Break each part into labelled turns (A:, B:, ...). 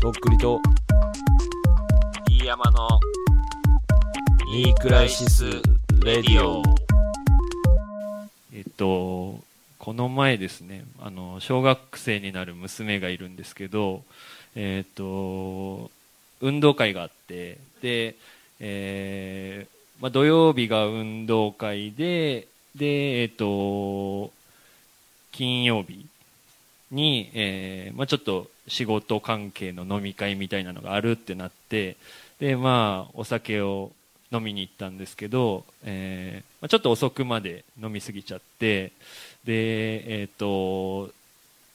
A: とっくりと
B: 飯山の
A: ニークライシスレディオ
C: えっと、この前ですね、あの小学生になる娘がいるんですけど、えっと、運動会があって、で、えーまあ、土曜日が運動会で、で、えっと、金曜日に、えーまあ、ちょっと仕事関係の飲み会みたいなのがあるってなって、で、まあ、お酒を飲みに行ったんですけど、えーまあ、ちょっと遅くまで飲みすぎちゃってで、えっと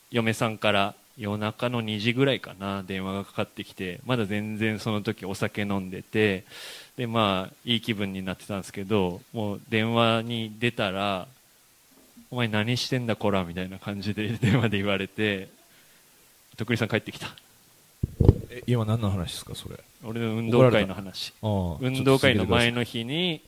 C: 嫁さんから夜中の2時ぐらいかな電話がかかってきてまだ全然その時お酒飲んでてで、まあ、いい気分になってたんですけどもう電話に出たら「お前何してんだこら」みたいな感じで電話で言われて「徳利さん帰ってきた
A: え今何の話ですかそれ
C: 俺の運動会の話」運動会の前の日に、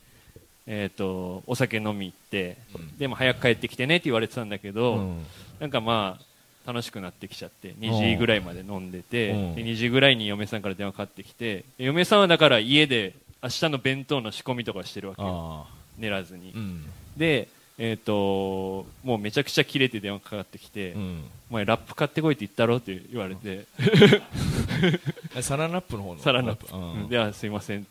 C: えー、とお酒飲み行って、
A: うん
C: でも早く帰ってきてねって言われてたんだけど、
A: うん
C: なんかまあ楽しくなってきちゃって2時ぐらいまで飲んでて、
A: うん
C: で2時ぐらいに嫁さんから電話かかってきてで嫁さんはだから家で明日の弁当の仕込みとかしてるわけよ
A: ああ
C: 寝らずに、
A: うん
C: で、えー、ともうめちゃくちゃ切れて電話かかってきて、
A: うん
C: お前ラップ買ってこいって言ったろって言われて、
A: えサランラップの方の
C: サランラップ、
A: うん
C: うんではすいませんって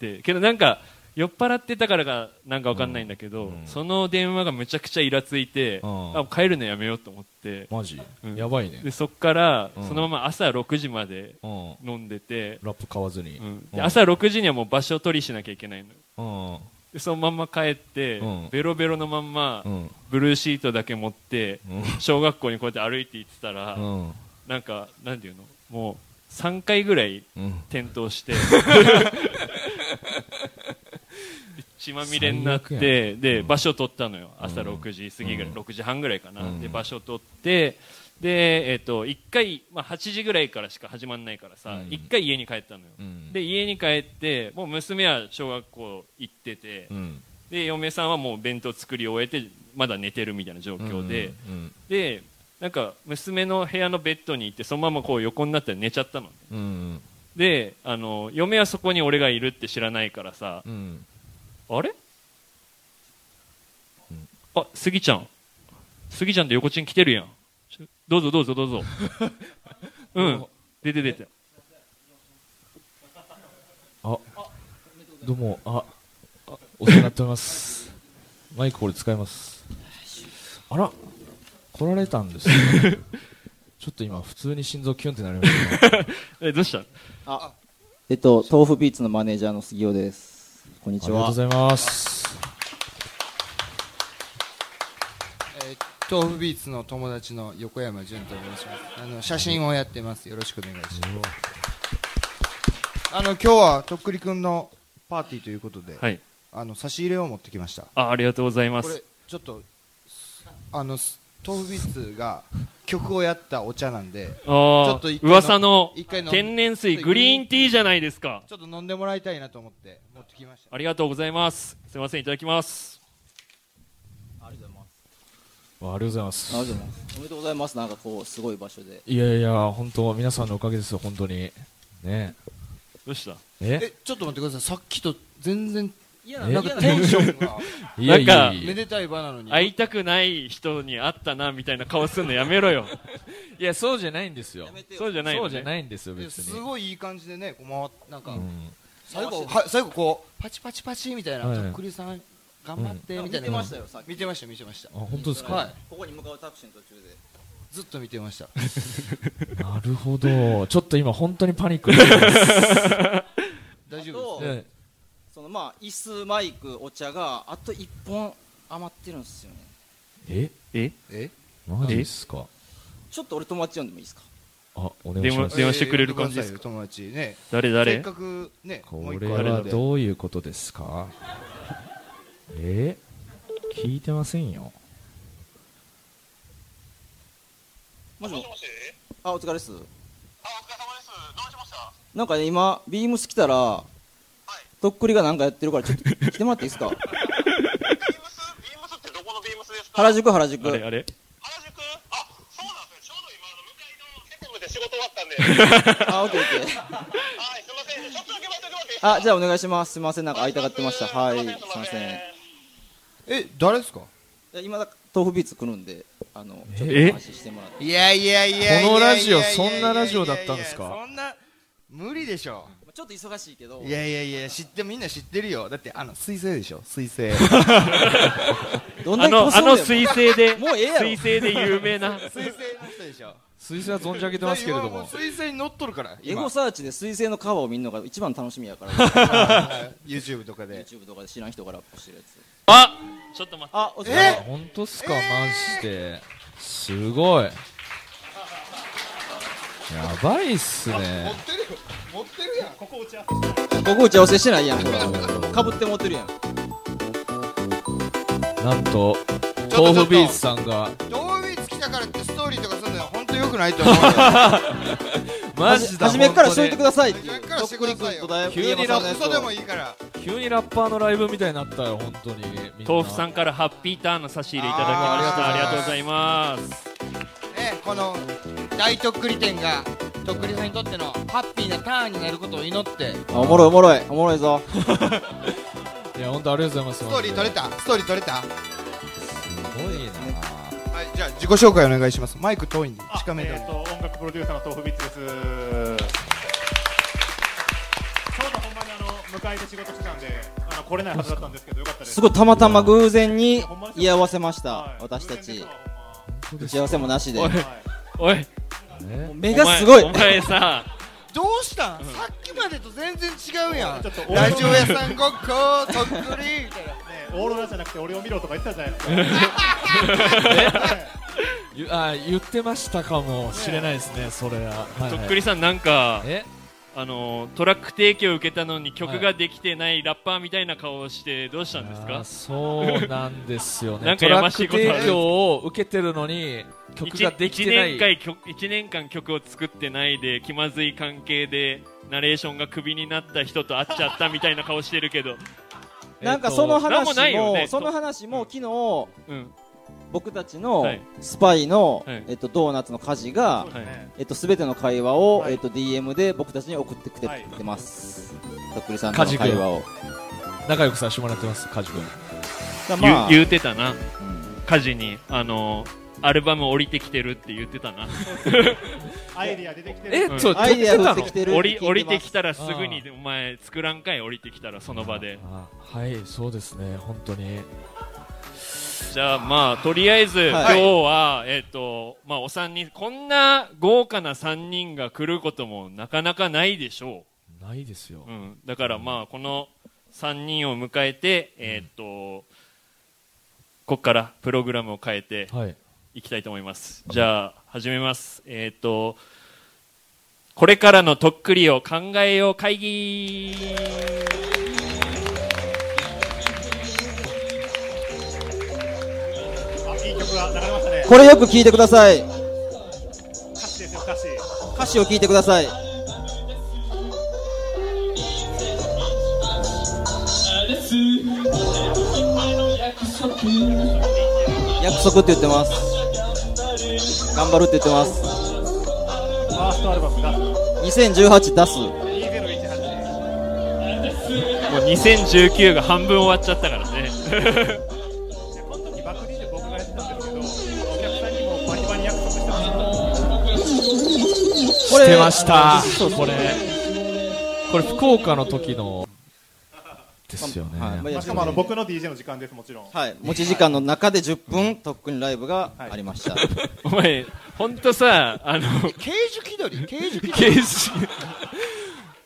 C: 言ってけどなんか酔っ払ってたからかなんかわかんないんだけど、
A: うん
C: その電話がむちゃくちゃイラついて、
A: うん
C: あ帰るのやめようと思って、
A: マジ
C: うん
A: やばいね
C: でそっから
A: うん
C: そのまま朝6時まで
A: うん
C: 飲んでて、
A: ラップ買わずに
C: うん
A: うん
C: で朝6時にはもう場所取りしなきゃいけないの
A: うん
C: でそのまんま帰って、
A: うん
C: ベロベロのまんま、
A: うん
C: ブルーシートだけ持って、
A: うん
C: 小学校にこうやって歩いて行ってたら、
A: うん
C: なんかなんていうのもう3回ぐらい
A: うん
C: 転倒して 血まみれになっ
A: 最悪や
C: てで、場所取ったのよ朝
A: うん
C: 6時過ぎぐらい、
A: うん
C: 6時半ぐらいかな、
A: うん
C: で場所取ってで、えっと1回、まあ、8時ぐらいからしか始まんないからさ、
A: うん
C: 1回家に帰ったのよ、
A: うん
C: で家に帰ってもう娘は小学校行ってて、
A: うん
C: で嫁さんはもう弁当作り終えてまだ寝てるみたいな状況で、
A: うん
C: でなんか娘の部屋のベッドに行ってそのままこう横になって寝ちゃったのね
A: うん
C: であの嫁はそこに俺がいるって知らないからさ
A: う、ん
C: あれ、
A: うん
C: あスギちゃんスギちゃんって横地に来てるやんちょどうぞどうぞどう ぞうん出て出て
A: あどうもああお世話になっておりますマイクこれ使いますあら来られたんです ねちょっと今普通に心臓キュンってなりました
C: えどうした
D: えっと、豆腐ビーツのマネージャーの杉尾です。こんに
A: あ
D: ち
A: りがとう
D: は。
A: ございます。
E: えー豆腐ビーツの友達の横山純と申しますあの写真をやってますよろしくお願いしますあの今日はとっくりくんのパーティーということで、
C: はい
E: あの差し入れを持ってきました
C: あありがとうございま
E: これ
C: す
E: ちょっとすあのす豆腐ビーツが曲をやったお茶なんで
C: あ
E: ちょっと
C: ー
E: 一回飲
C: 噂の
E: 一回飲ん
C: 天然水グリーンティーじゃないですか
E: ちょっと飲んでもらいたいなと思って持ってきました
C: ありがとうございますすいませんいただきます
A: わありがとうございます
D: あ。りがとうございます。おめでとうございます。なんかこう、すごい場所で。
A: いやいや、本当皆さんのおかげですよ、本当に。ね
C: どうした
A: え。
E: えちょっと待ってくださいさっきと全然
A: え
E: なんかテンションが
A: いやいや
C: なん
A: い
E: め
A: や。
E: でたい場なのに
C: 会いたくない人に会ったなみたいな顔するのやめろ よ
A: いや、そうじゃないんですよ。
C: そうじゃない
A: そ
C: よ、
A: うじゃ
C: ね、
A: ないんですよ、別
E: す
A: に。
E: ごいいい感じでねこう回っなんか、
A: うん
E: 最後は最後こうパチパチパチみたいな、
A: はい
E: とっくりさん頑張ってみたいな、
D: 見てましたよ、さっき。
E: 見てました見てました
A: あ、本当ですか。
E: はい
D: ここに向かうタクシーの途中で。
E: ずっと見てました
A: なるほど。ちょっと今、本当にパニック です。
E: 大丈夫
D: あ
E: ですね
A: ね
D: そのまあ、椅子、マイク、お茶が、あと一本余ってるんですよね。
A: え、
C: え
E: え
A: マジですか。
D: ちょっと俺友達呼んでもいいですか
A: あ、お願いします。
C: 電話してくれる感じですか
E: えー呼んでくださいよ友達ね
C: 誰
E: せっ
C: 誰
E: かくねも
A: こ
E: う一
A: れ
E: 個ある
A: は
E: んで
A: どういうことですか。え。聞いてませんよ。
D: もしもあ、お疲れっす。
F: あ、お疲れ様です。どうしまし たは
D: なんかね、今、ビームス来たら、とっくりがなんかやってるから、ちょっと来てもらっていいです か
F: い。ビームスビームスってどこのビームスですか
D: 原宿、原宿。
C: あれあれ
F: 原宿あ、そうなんですね。ちょうど今、あの向かいのセコムで仕事終わったんで、
D: あ、オッケーオッケー。
F: はい、すみません。ちょっとだけ待ってて待って。
D: あ、じゃあお願いします。すいません、なんか会いたがってました。はい、すいません。い
E: え誰ですか
D: や今、豆腐ビーツ来るんで、あの、ちょっと
C: え
D: お話ししてもらって。
E: いやいやいやいや
A: このラジオ
E: いやいやいやい
A: そ
E: や
A: んなラジオだったんですか
E: いやいやそんな無理でしょ
D: ちょっと忙しいけど
E: いやいやいや知ってみんな知ってるよだって あの彗星でしょ彗星
D: どんだ
C: あ
D: け細
C: の、あの
D: いんだよ
C: 彗星で、
D: もうええやろ
C: 彗星で有名な。
E: 彗星の人でしょ
A: 水星は存じ上げてますけれど
E: いや
A: も
E: う彗星に乗っとるから
D: エ
E: 今
D: ゴサーチで水星のカバーを見るのが一番楽しみやから、
E: YouTube とかで
D: YouTube とかで知らん人からアップしてるやつ。
C: あちょっと待って。
D: あ、お疲
A: あ
D: れ
A: 本当っすか、マジで。すごい。やばいっすね。
E: てるよ持ってるやん
D: 僕打ち合わせしてないやん、ほら。かぶって持ってるやん。
A: なんと、
E: ちょっと
A: 豆腐ビーツさんが、
E: ドービーツ来たからってストーリーとかするのは本当良く ないと思うよ
A: マジだ、
D: 初めからしといてく
A: 本
D: ださいっていう。
E: 初めからしてくださいよ
D: とっくり君とだいぶ
A: 急にラップ
E: 嘘でもいいから
A: 当に急にラッパーのライブみたいになったよ、本当に。みんな
C: 豆腐さんからハッピーターンの差し入れいただきました。
E: あー
C: ありがとうございます。
E: ね、この大とっくり店がとっくりさんにとってのハッピーなターンになることを祈って
D: あおもろいおもろい、おもろいぞ。
A: いや、本当ありがとうございます。
E: ストーリー取れたストーリー取れたは
A: マジですごいな。
E: いじゃあ自己紹介お願いしますマイク遠いんで近めで
G: えー、と音楽プロデューサーの豆腐ビッツです今日の本番にあの迎えて仕事してたんであの来れないはずだったんですけどよかったです
D: すごい、たまたま偶然に
G: ほんまですか
D: 居合わせまし
G: は
D: た。
G: い
D: 私た
G: 偶然で
D: ち
G: すわ。ほん
A: 本当
D: 打
A: です
D: ち合わせもなしで。
C: おい
G: まはい
C: おい、
A: ね。
D: 目がすごい
C: お。前お前さ、
E: どうしたん、さっきまでと全然違うやん
G: ちょっと
E: ラジオ屋さんごっことっくりみたいな
G: ねオーロラじゃなくて俺を見ろとか言ってたじゃないですか
A: ゆあ、言ってましたかもしれないですね、それは。はいはい
C: とっくりさんなんか、
A: え
C: あの、トラック提供受けたのに曲ができてないラッパーみたいな顔をしてどうしたんです
A: あ
C: か
A: ーそうなんですよね。
C: なんかやましいことある
A: トラック提供を受けてるのに、曲ができてない。
C: 1, 年間曲一年間曲を作ってないで気まずい関係でナレーションがクビになった人と会っちゃったみたいな顔してるけど、
D: なんかその
C: なんもな
D: 話
C: いよ
D: も、
C: ね
D: その話も昨日、
C: うん、
D: 僕たちの
C: はい
D: スパイの、
C: はい
D: えっと、ドーナツの家事が、
G: そうですね
D: えっと、すべての会話を、
G: はい
D: えっと、DM で僕たちに送ってくれ
G: はい
D: てます。とっくりさんとの
A: 梶
D: 会
A: 君
D: 話を。
A: 仲良くさせてもらってます、カジ君。
D: だからま
C: 言
D: あ
C: う言うてたな
D: うん
C: 家事にあのアルバム降りてきてるって言ってたな
G: アイディア出てきてる
A: え、
C: うん
A: そう、撮っ
D: アイデ
A: て
D: ィア
A: たの
D: 降りてきてる
C: 降
D: っ
C: り
D: て聞いてます。
C: 降りてきたらすぐ
A: あ
C: にお前作らんかい降りてきたらその場で
A: ああはい、そうですね、本当に。
C: じゃあまあとりあえず、
D: はい
C: 今日はえっ、とまあお三人こんな豪華な三人が来ることもなかなかないでしょう
A: ないですよ
C: う。ん、だからまあこの3人を迎えて、えーっとここからプログラムを変えて
A: はい。
C: いきたいと思いますじゃあ始めますえーっとこれからのとっくりを考えよう会議
G: あいい曲が流れましたね
D: これよく聞いてください。
G: 歌詞ですよ歌詞
D: 歌詞を聞いてください。約束って言ってます。頑張るって言ってます。
G: ファーストアルバムが
D: 2018出す。
G: 2018
C: もう2019が半分終わっちゃったからね
G: いやこの時バック DJ 僕がやってたんですけどお客さんにもバリバリ約束してました
D: こ
A: 出ました
D: そうそう
A: これ。これ、福岡の時の、ですよね。
D: はいまあいや
G: まあしかもあの僕の DJ の時間ですもちろん
D: はい、持ち時間の中で10分、とっくにライブがありました。
C: お前ほんとさあの
E: 刑事気取り刑事気取
C: ケース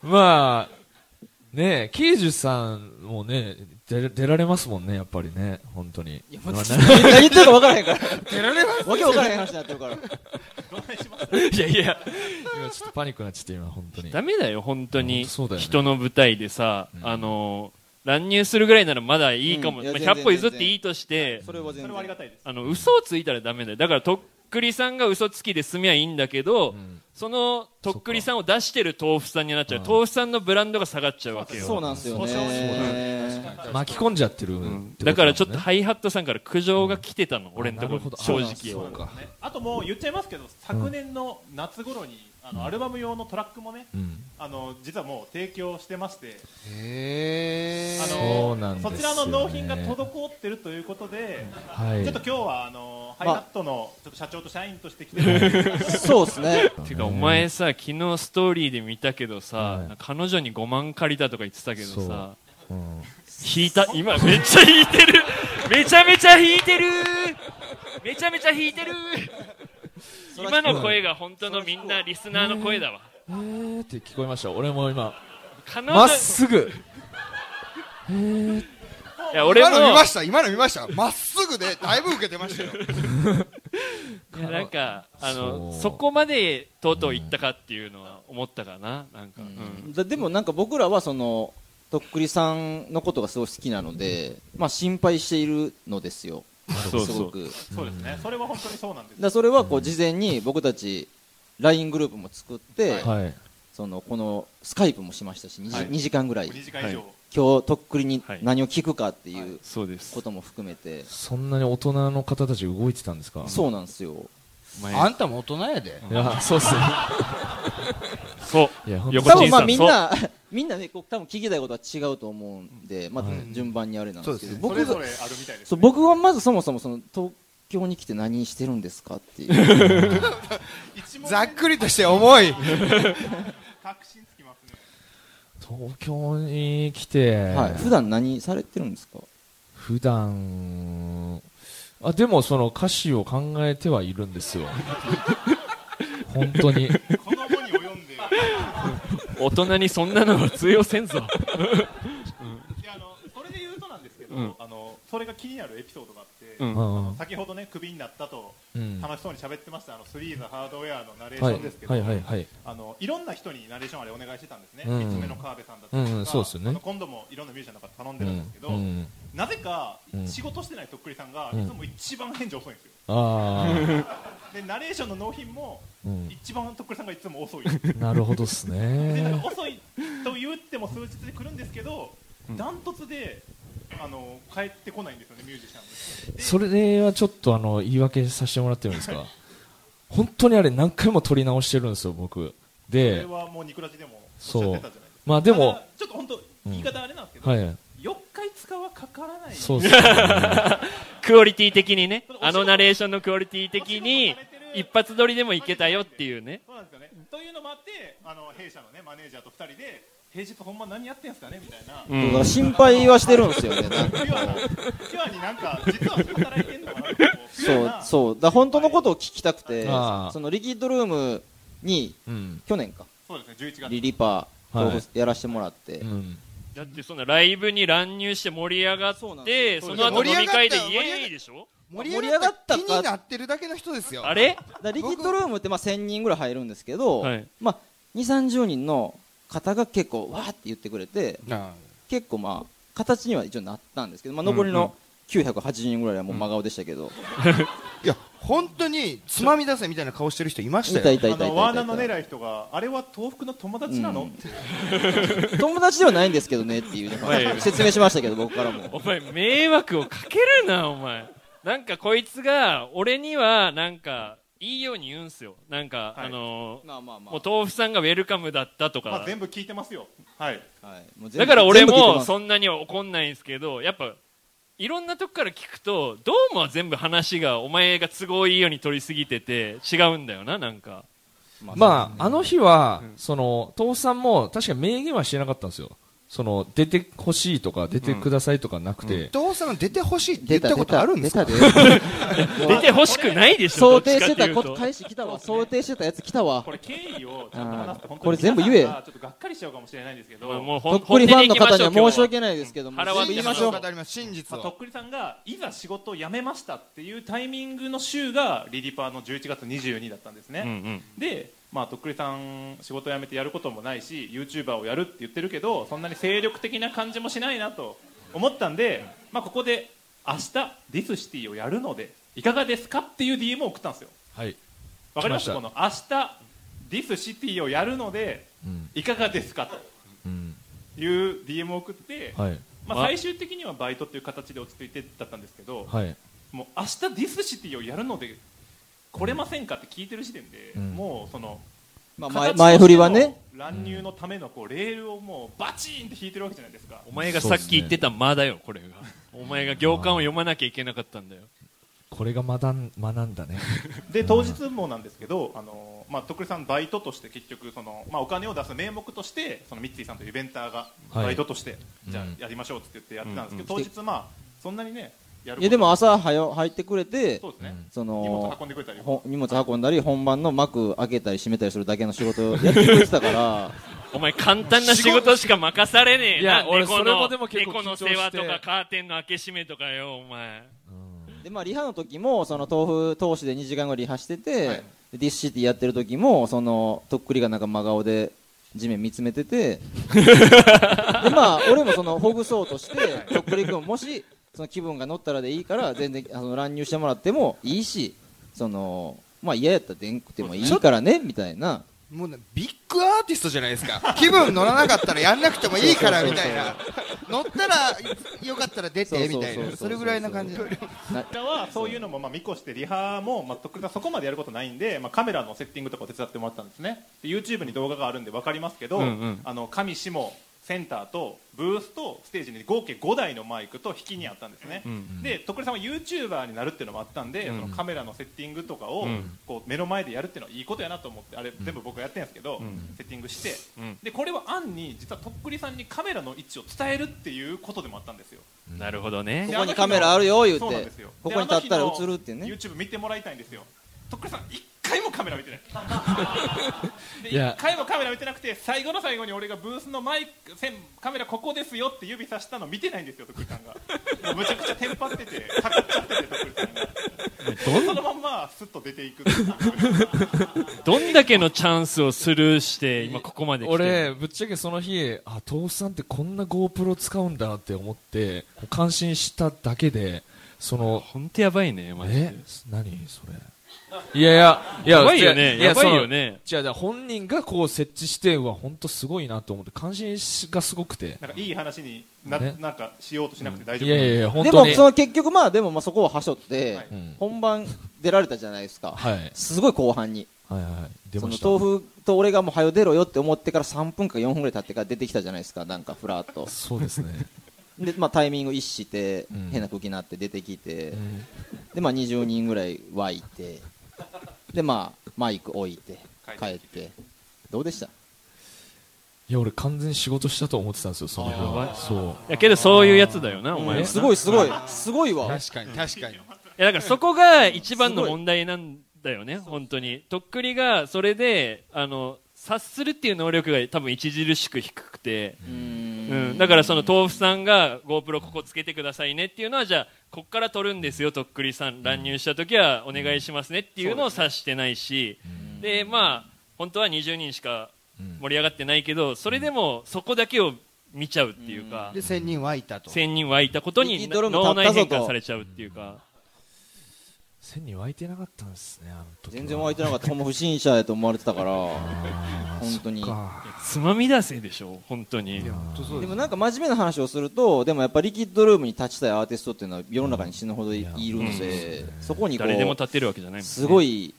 A: まあ、ねえ、ケイジュさんもね、出出られますもんね、やっぱりね、本当に。
D: もう
A: まあ
D: 何 言ってるか分からへんから。わけ分からへん話になってるから。
C: いやいや
A: 今ちょっとパニックになっちゃって、今、本当に。
C: ダメだよ本当
A: 本
C: に
A: 当そうだよね
C: 人の舞台でさ、
A: うん
C: あの乱入するぐらいならまだいいかも、
D: うんいや
C: まあ
D: 全然
C: 100歩譲っていいとして
D: それは全
G: それ
D: 然
G: はあり。がたいです
C: あの嘘をついたらダメだよだからとっくりさんが嘘つきで済みゃいいんだけど、
A: うん
C: そのとっくりさんを出してる豆腐さんになっちゃう
A: うん
C: 豆腐さんのブランドが下がっちゃうわけよ
D: そうなんですよね。
A: 巻き込んじゃってるってことだもんね、
C: だからちょっとハイハットさんから苦情が来てたの、俺のと
A: なる
C: こ
A: ほど
C: 正
A: あ
C: 直
A: そうか
G: ねあともう言っちゃいますけど、昨年の夏頃に、あのアルバム用のトラックもね
A: うん、
G: あの実はもう提供してまして
E: へ
G: あ
E: ー
A: そうなん
G: の
A: です
G: そ
A: よね
G: ちらの納品が滞ってるということで、
A: はい
G: ちょっと今日はあのハイハットのちょっと社長と社員として来てるんです が
D: そうですね。
C: てかお前さ昨日ストーリーで見たけどさ、
A: はい
C: なんか彼女に5万借りたとか言ってたけどさ
A: うん
C: 引いた今めっちゃ引いてるめちゃめちゃ引いてるめちゃめちゃ引いてる今の声が本当のみんなリスナーの声だわ
A: えーって聞こえました俺も今
C: 彼
A: ま
C: 女
A: っすぐ
C: いや俺も
E: 今の見ました今の見ま したまっすぐでだいぶ受けてましたよ
C: いやなんかあの
A: そう
C: そこまでとうとう行ったかっていうのは思ったかななんか、うん
D: だでもなんか僕らはそのとっくりさんのことがすごい好きなので、まあ心配しているのですよ。
C: そう
D: す
C: そ
D: ご
C: う
D: く。だか
G: そうですねそれは本当にそうなんです
D: らそれはこう事前に僕たち LINE グループも作って、
A: はい
D: そのこのスカイプもしましたし、2,
G: はい
D: 時間ぐらい。
G: 2時間以上、
D: 今日とっくりに
C: はい
D: 何を聞くかっていう
C: そうです
D: ことも含めて、
A: そんなに大人の方たち動いてたんですか
D: そうなんですよ。
C: 前
E: あんたも大人やで
A: いやそうっすね
C: そう
A: いや本当
C: 横
A: に
C: 地さん
D: 多分まあみん
C: そう
D: な みんなねこう多分聞きたいことは違うと思うんで、まあ
A: はい
D: 順番にあれなんですけど、
E: そう
D: 僕
E: ですね
G: それ
D: が
G: ぞれあるみたいです、
D: そう
G: ね、
D: 僕はまずそもそもその東京に来て何してるんですかっていう
G: 一問
E: ざっくりとして重い
G: 確信つきますね
A: 東京に来て、
D: はい普段何されてるんですか
A: 普段あでもその歌詞を考えてはいるんですよ本当に
G: この後に及んで
C: 大人にそんなのは通用せんぞ
G: いやあのそれで言うとなんですけど、
C: うん
G: あのそれが気になるエピソードがあって、
C: うん
A: うん
G: 先ほどねクビになったと
A: うん
G: 楽しそうに喋ってましたあのスリーザハードウェアのナレーシ
A: はい
G: ョンですけど、
A: はいはいはい
G: あのいろんな人にナレーションあれお願いしてたんですね、
A: うん
G: 三つ目の川辺さんだったりとか、
A: うんうんそうですよね
G: あの今度もいろんなミュージシャンの方頼ん
A: う
G: でるんですけど、
A: んうん
G: なぜか
A: うん
G: 仕事してないとっくりさんが
A: う
G: い
A: ん
G: つも一番返事遅いんですよ、
A: あ
G: でナレーションの納品も
A: あ、うん、
G: 一番とっくりさんがいつも 遅いんですよ
A: なるほどっす
G: でなん
A: ね
G: か遅いと言っても数日で来るんですけど、ダントツであの帰ってこないんですよねミュージシャンの人で
A: それはちょっとあの言い訳させてもらってるんですか本当にあれ何回も撮り直してるんですよ僕
G: それ
A: で
G: はもうニクラジでもおっしゃってたじゃないですか
A: まあでも
G: ただちょっと本当言い方あれなんですけど、
A: はい
G: 4日5日はかからない
A: そうっすね
C: クオリティ的にね あのナレーションのクオリティ的に一発撮りでもいけたよっていうね
G: そうなんですよね、というのもあってあの弊社の、ね、マネージャーと2人で平日ほんま何やってんすかねみたいな、
C: う
D: だ
C: ん
D: から心配はしてるんですよねなん
G: ピ
D: か
G: ュアなピュアになんか実は働いてんのかなってこうピ
D: そ
G: ュア
D: う
G: な
D: そうだから本当のことを聞きたくて
A: あー
D: そのリキッドルームに
A: うん
D: 去年か
G: そうですね11月
D: リリパ
A: はい
D: ーをやらせてもらって、
A: うん
C: だってそんなライブに乱入して盛り上がって
D: そう
C: そ
D: なんで
C: の後飲み会でイエーイでしょ
D: り
E: 盛り
D: 上
E: 上
D: が
E: が
D: っ
E: ったた
D: か
E: 気になってるだけの人ですよ
C: あれ
D: だからリキッドルームってまあ1000人ぐらい入るんですけど、
C: はい
D: まあ2 3 0人の方が結構わーって言ってくれて
E: あ
D: 結構まあ形には一応なったんですけど、まあ、残りの980人ぐらいはもう真顔でしたけど、
E: いや本当につまみ出せみたいな顔してる人いまし
D: い
E: た
D: た
E: よ
D: いたい
G: あ
D: たいたいたい
G: の
D: た
G: ワーナーの偉い人があれは東福の友達なの、
D: うん
G: って
D: 友達ではないんですけどねっていうね
C: はい
D: 説明しましたけど僕からも
C: お前迷惑をかけるなお前なんかこいつが俺にはなんかいいように言うんすよなんか、
G: はい
C: あの
D: まあまあま
C: もう豆腐さんがウェルカムだったとか、
G: まあ、全部聞いてますよ、はい、
D: あ、はい、もう全部
C: だから俺
D: 全部聞いて
C: も
D: ます
C: そんなには怒んないんですけどやっぱいろんなとこから聞くとどうも全部話がお前が都合いいように取りすぎてて違うんだよななんか
A: まあ、あの日は、
C: うん
A: その、父さんも確か明言はしてなかったんですよ。その、出てほしいとか、出てくださいとかなくて。
E: 父さん出てほしいって言
D: 出
E: ったた
D: 出
E: ことあ
D: た
E: るんで
D: 出
E: すか
D: たで
C: 出てほしくないでしょ
D: 想定してたこと
C: どっちかっていう
D: 返し来たわ想定してたやつ来たわ
G: これ、経緯をちゃんと話すと、本当に
D: これ全部言え
G: 皆さんがちょっとがっかりしちゃうかもしれないんですけど、
C: と
G: ま
C: もう
D: と
C: ほん
D: っくりファンの方に
C: 本音で行きましょう
D: は申し訳ないですけども
C: 今日は
D: 全
C: 腹
D: 部
C: 割って話
D: 言いまし
C: そ
D: ょ
C: う
D: う
E: 語ります真実
G: あ、と
E: を
G: っくりさんがいざ仕事を辞めましたっていうタイミングの週がリリパーの11月22だったんです
C: うんう
G: ね、
C: ん
G: で、まあ、とっくりさん仕事辞めてやることもないし YouTuber をやるって言ってるけどそんなに精力的な感じもしないなと思ったんで、まあ、ここで明日ディスシティをやるのでいかがですかっていう DM を送ったんですよ
A: はい。
G: わかりました
A: 来
G: こ
A: ま
G: の明日ディスシティをやるので
A: うん。
G: いかがですかと
A: うん。
G: いう DM を送って、
A: はい。
G: まあ、
C: あ
G: 最終的にはバイトっていう形で落ち着いてだったんですけど、
A: はい。
G: もう明日ディスシティをやるので来れませんかって聞いてる時点で、
A: うん
G: もうその
D: まあ、
G: 形
D: 前
G: としての
D: 前振りはね
G: 乱入のためのこうレールをもうバチンって引いてるわけじゃないですか
C: お前がさっき言ってた間だよ、これが。お前が行間を読まなきゃいけなかったんだよ。
A: これが学ん学んだね
G: で当日もなんですけど、あのまあ、徳利さん、バイトとして結局その、まあ、お金を出す名目としてそのミッツィさんというイベンターが
A: はい
G: バイトとして、じゃ
A: うん
G: あやりましょうって言ってやってたんですけど、
D: うん
G: 当日、まあ、そんなにねやること
D: いやでも朝はよ入ってくれて
G: そうですね、
D: そ
G: 荷物
D: の
G: 運んでくれたり
D: ほ荷物運んだり本番の幕開けたり閉めたりするだけの仕事をやってくれてたから
C: お前簡単な仕事しか任されねえ
A: いや
C: な
A: 俺
C: 猫
A: それ
C: の
A: もでも結構
C: 猫
A: 緊張
C: の
A: して
C: 世話とかカーテンの開け閉めとかよお前
D: で、まあ、リハの時もその豆腐通しで2時間ぐらいリハしてて、
G: はい
D: でディスシティやってる時もそのとっくりがなんか真顔で地面見つめててでまあ俺もそのほぐそうとしてとっくり君もしその気分が乗ったらでいいから全然あの乱入してもらってもいいしそのまあ嫌やったらでんくてもいいからねみたいな
E: もうねビッグアーティストじゃないですか気分乗らなかったらやんなくてもいいからみたいな乗ったらよかったら出てみたい
D: そうそうそうそ
E: な
D: う
E: それぐらいな感じだね
G: 僕らはそういうのもまあ見越してリハも、まあ、徳利さんそこまでやることないんで、まあ、カメラのセッティングとかを手伝ってもらったんですねで YouTube に動画があるんで分かりますけど、
C: うんうん
G: あの上下センターとブースとステージに合計5台のマイクと引きにあったんですね、
C: ん
G: で徳利さんは YouTuber になるっていうのもあったんで、
C: うん
G: そのカメラのセッティングとかを
C: うん
G: こう目の前でやるっていうのはいいことやなと思ってあれ全部僕がやってるんですけど、
C: ん
G: セッティングして、
C: うん
G: でこれは案に実はとっくりさんにカメラの位置を伝えるっていうことでもあったんですよ
C: なるほど
D: こ
C: ね
D: こにカメラあるよ言う
G: そうなん
D: て
G: ですよ
D: ここに立ったら映るって
G: であの
D: ね
G: 日の YouTube 見てもらいたいんですよとっくりさん一回もカメラ見てないで
A: い や
G: 一回もカメラ見てなくて最後の最後に俺がブースのマイクせんカメラここですよって指さしたの見てないんですよとっくりさん がもうむちゃくちゃテンパっててかかっちゃっててとっくりさんがそのまんますっと出ていくっていう
C: どんだけのチャンスをスルーして今ここまで来て
A: 俺ぶっちゃけその日あ豆腐さんってこんな GoPro 使うんだって思って感心しただけでその
C: 本当やばいねマジで
A: え何それいやいやいや
C: やばいよね
A: いや
C: やばいよね
A: その違う違う本人がこう設置しては本当すごいなと思って関心がすごくて
G: なんかいい話にな,、
A: ね
G: なんかしようとしなくて大丈
A: い
G: 夫
A: やいやいや本
D: で
A: 当
D: も
A: に
D: その結局まあでもまあそこをはしょって、
G: はい
A: うん
D: 本番出られたじゃないですか、
A: はいはい
D: すごい後半に
A: はいはい出
D: そ
A: ま
D: の
A: した
D: 豆腐と俺がもう早出ろよって思ってから3分か4分ぐらい経ってから出てきたじゃないですかなんかふらっと
A: そうですね
D: で、まあ、タイミング一致して、
A: うん
D: 変な空気になって出てきて、
A: うん
D: でまあ20人ぐらい湧いてでまあマイク置いて帰
G: 帰
D: っ
G: ってき
D: てどうでした
A: いや俺完全に仕事したと思ってたんですよその日はそう
C: いやけどそういうやつだよなお前は
A: え
C: な
D: すごいすごいすごいわ
E: 確かに確かに
C: いやだからそこが一番の
D: すごい
C: 問題なんだよね、本当に。とっくりがそれであの察するっていう能力が多分著しく低くて、
D: う
C: うんん、だからその豆腐さんが GoPro ここつけてくださいねっていうのは、じゃあ、こっから撮るんですよ、とっくりさん、乱入した時はお願いしますねっていうのを察してないし、でまあ、本当は20人しか
A: うん
C: 盛り上がってないけど、それでもそこだけを見ちゃうっていうか
E: で、1000人湧いたと
C: 1000人湧いたことに
D: リドルも
C: 脳内
D: 立ったぞ
C: 変
D: と
C: 化されちゃうっていうか。
A: 線に湧いてなかったんですねあの時は
D: 全然湧いてなかったほんま不審者やと思われて たから本当に
A: か
C: つまみ出せでしょ本当に
D: でもなんか真面目な話をするとでもやっぱリキッドルームに立ちたいアーティストっていうのは世の中に死ぬほどいるので、そこにこ
C: 誰でも
D: う
C: 立てるわけじゃないもんね
D: すごい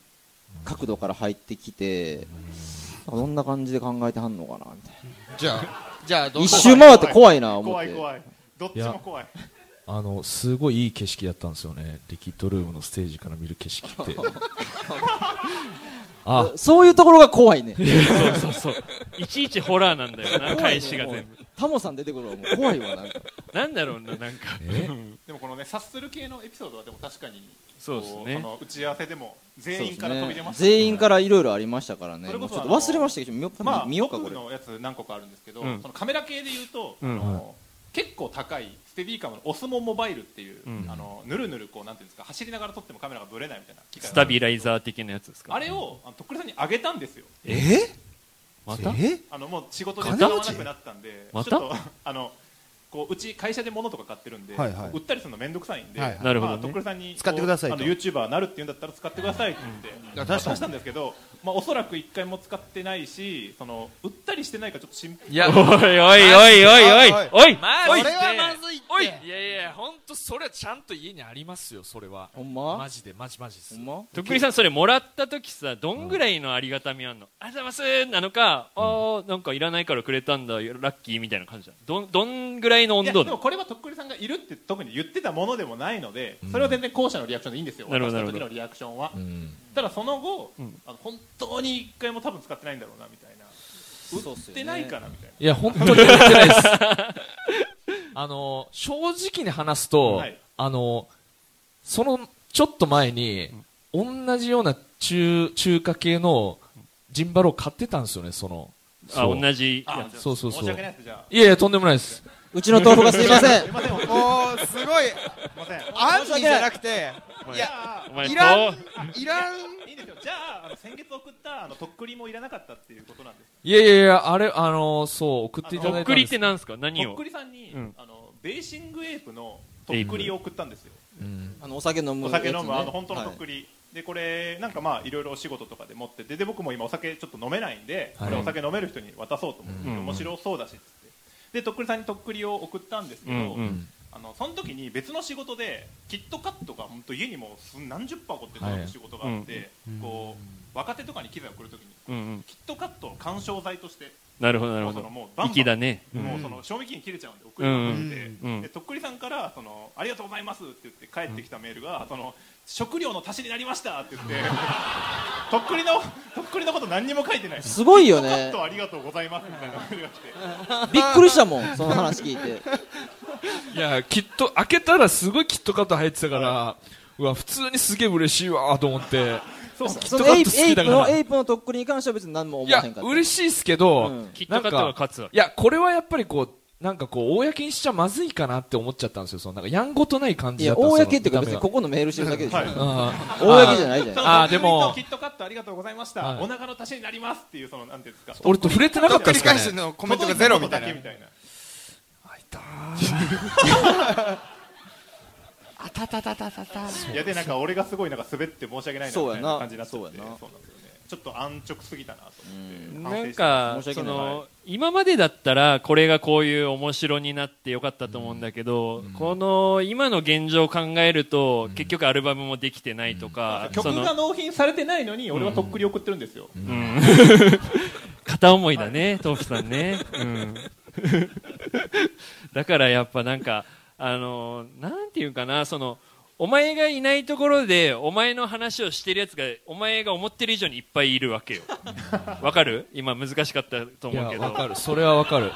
D: 角度から入ってきてどんな感じで考えてはんのかなみたい
E: じゃあじゃあど
D: な
E: う
D: 一周回って怖いな思っ
G: 怖い
D: て
G: 怖いどっちも怖い
A: あのすごいいい景色だったんですよねリキッドルームのステージから見る景色って あ
D: そういうところが怖いね
C: そうそうそういちいちホラーなんだよな返しが全部
D: タモさん出てくるわもう怖いわなんか
C: なんだろうななんか
A: え
G: でもこのね察する系のエピソードはでも確かに
C: そうです
G: こ
C: ね
G: の打ち合わせでも
D: そう
G: 全
D: で
G: 員
D: す
G: から飛び出
D: ね
G: ましたね
D: 全員からいろいろありましたからね
G: それ
D: も
G: こ
D: う
G: そ
D: ちょっと忘れましたけど見,、
G: まあ、
D: 見ようかこ
G: 僕
D: れ
G: のやつ何個かあるんですけど、
C: うん
G: そのカメラ系で言うと、
C: うん
G: あの結構高いステディカムのオスモモバイルっていう、
C: うん
G: あのぬるぬるこうなんていうんですか走りながら撮ってもカメラがブレないみたいな機械
C: ス
G: があ
C: タ
G: る
C: ビライザー的なやつですか
G: あれをあのとっくりさんにあげたんですよ
E: え
C: また
E: え
G: あのもう仕事で
E: 金
G: 使
E: 持
G: わ
E: ち
G: なくなったんで
C: また
G: ちょっと あのこううち会社で物とか買ってるんで、
E: はいはい
G: 売ったりするの面倒くさいんで、
E: はいはい
C: なるほどね
G: まあ、とっくりさんに
E: 使ってくださいと
G: こうあの YouTuber になるって言うんだったら使ってくださいって言って、
E: いや確かに
G: 渡したんですけど、まあ、おそらく一回も使ってないしその売ったりしてないかちょっと心配
A: いや
C: おいおいおいおいおいおい
E: あ
C: おい
E: それはまずいって
C: おいいやいや本
A: とそれはちゃんと家にありますよそれは
D: ほんま
A: マジでマジマジです
D: ほんま
C: とっくりさんそれもらった時さどんぐらいのありがたみあんの、ありがとうございますなのか、あーなんかいらないからくれたんだラッキーみたいな感じだどんどんぐらいの
G: い
C: 温
G: や
C: 度
G: で
C: な
G: も
C: の
G: これはとっくりさんがいるって特に言ってたものでもないのでそれは全然後者のリアクションでいいんですよ
C: なるほど
G: 渡し
C: な
G: た
C: る
G: 時
C: ほ
G: のリアクションは
A: うん
G: ただその後
C: うん
G: あの本当に一回も多分使ってないんだろうなみたいな
D: そうっすよ
G: 売
D: ね
G: ってないかなみたい
A: いや本当に言ってないです あの正直に話すと、
G: はい
A: あのそのちょっと前に、同じような中中華系のジンバルを買ってたんですよねその
C: あ
A: そう
C: 同じ
G: な
C: や
G: あじゃあ
A: そうそうそう
G: 申し訳ないですじゃあ
A: いやいやとんでもないです
D: うちの豆腐がすいません
G: すいません本当に
E: もうすごい
G: すいません
E: 安易じゃなくてい
G: じゃ
E: や
G: あ
C: お前
E: いらん
C: と
E: いらん
G: いいですよじゃああの先月送ったあのとっくりもいらなかったっていうことなんです
A: いやいやいやあれあのそう送っていた
C: と
A: だ
C: っ
A: いた
C: く
A: ん
C: り
A: で
C: っ
A: す
C: てなんですか何
G: とっ
C: を
G: くりさんに
C: うん
G: あのベーシングエイプのとっくりを送ったんですよ
A: うん
D: あのお酒飲む
G: お
D: やつね
G: 酒飲むあの本当のとっ
D: はい
G: くりでこれなんかまあいろいろお仕事とかで持っててで僕も今お酒ちょっと飲めないんで
A: は
G: こ
A: い
G: れお酒飲める人に渡そうと思って
C: うん
G: 面白そうだしっつってでとっくりさんにとっくりを送ったんですけど
C: うんうん
G: あのその時に別の仕事でキットカットが本当家にもうす何十箱って
A: はい
G: 届く仕事があって
C: うん
G: こう若手とかに機材を送る時に
C: うんうん
G: キットカットを鑑賞剤として
C: なるほどなる
G: も
C: ほ
G: うそ
C: ど
G: のもうバン
C: 粋
G: バ
C: だ
G: ン
C: ね、うん
G: もうその賞味期限切れちゃうんで送りまくって、
C: うんうん
G: でとっくりさんからその「ありがとうございます」って言って帰ってきたメールが「その食料の足しになりました」って言ってとっくりのとっくりのこと何にも書いてない
D: すごいよね
G: カットありがとうございますみたいなメールが来て
D: びっくりしたもんその話聞いて
A: いやきっと開けたらすごいキットカット入ってたからうわ普通にすげえ嬉しいわと思って
G: そうそう
D: そ
A: ト
D: の
A: カッ
D: エイ
A: ト
D: プ
A: 好き
D: エイプ
A: だから
D: のエイプのとっくりに関しては別に何
A: い
D: も思わ
A: や
D: へんかった
A: 嬉しいですけど、
D: うん
C: きっとカットが勝つわ
A: いや、これはやっぱりこう、なんかこう、公にしちゃまずいかなって思っちゃったんですよ。そのなんか、やんごとない感
D: い
A: じだ
D: や
A: ったんです
D: 公
A: よ。
D: っていうか
A: 見
D: 別
A: た
D: に
A: 目
D: ここのメールしてるだけでしょ
G: はい
A: がうん
D: 公じゃないじゃない
A: あーでも
G: キットカットありがとうございました、
A: はい
G: お腹の足しになりますっていうそのなんていうんですか
A: 俺と触れてなか
E: と
A: っ
E: った
A: で
E: くり
A: すか
E: 返
A: ね
E: し。のコメントがゼロみたいな
G: 届いたことだけみたい
E: あたたたたたた
G: ないやでなんか俺がすごいなんか滑って申し訳ないなみたいな感じになっちゃっ
D: そう
G: て
D: やなそうやな
G: そうなんですよねちょっと安直すぎたなと思って
C: なん
D: 申
C: か
D: し訳
C: そ
D: ない
C: の今までだったらこれがこういう面白になってよかったと思うんだけど、この今の現状を考えると、結局アルバムもできてないとか、そ
G: 曲
C: の
G: が納品されてないのに俺はとっくり送ってるんですよ、
C: 片思いだね、豆腐さんね。うん、 だからやっぱなんか、あのなんていうかな、その、お前がいないところで、お前の話をしてるやつが、お前が思ってる以上にいっぱいいるわけよ。わかる今難しかったと
A: いや、
C: 思うけ
A: わ
C: ど、
A: かる。それはわかる。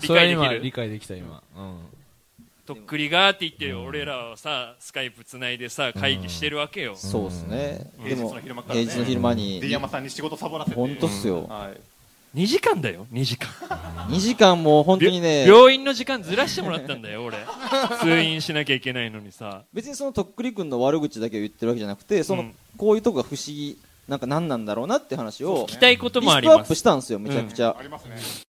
C: 理
A: それは
C: 解でき
A: 今、
C: る
A: 理解できた、今。うん。
C: とっくりがーって言って、俺らはさ、スカイプつないでさ、会議してるわけよ。
D: そうですねで
G: 平日
D: も
G: の昼間からね
D: 平日の昼間に
G: D 山さんに仕事サボらせて
D: 本当っすよ
G: はい
C: 2時間だよ、2時間。
D: 2時間もう本当にね
C: 病院の時間ずらしてもらったんだよ、俺。通院しなきゃいけないのにさ。
D: 別にそのとっくり君の悪口だけを言ってるわけじゃなくてそうの
C: ん
D: こういうとこが不思議なんか何なんだろうなって話を
C: 聞きたいこと
D: リ
C: もあ
D: ス
C: り
D: トア
C: ま
D: ップ
C: す。
D: したんですよめちゃくちゃ
G: ありますね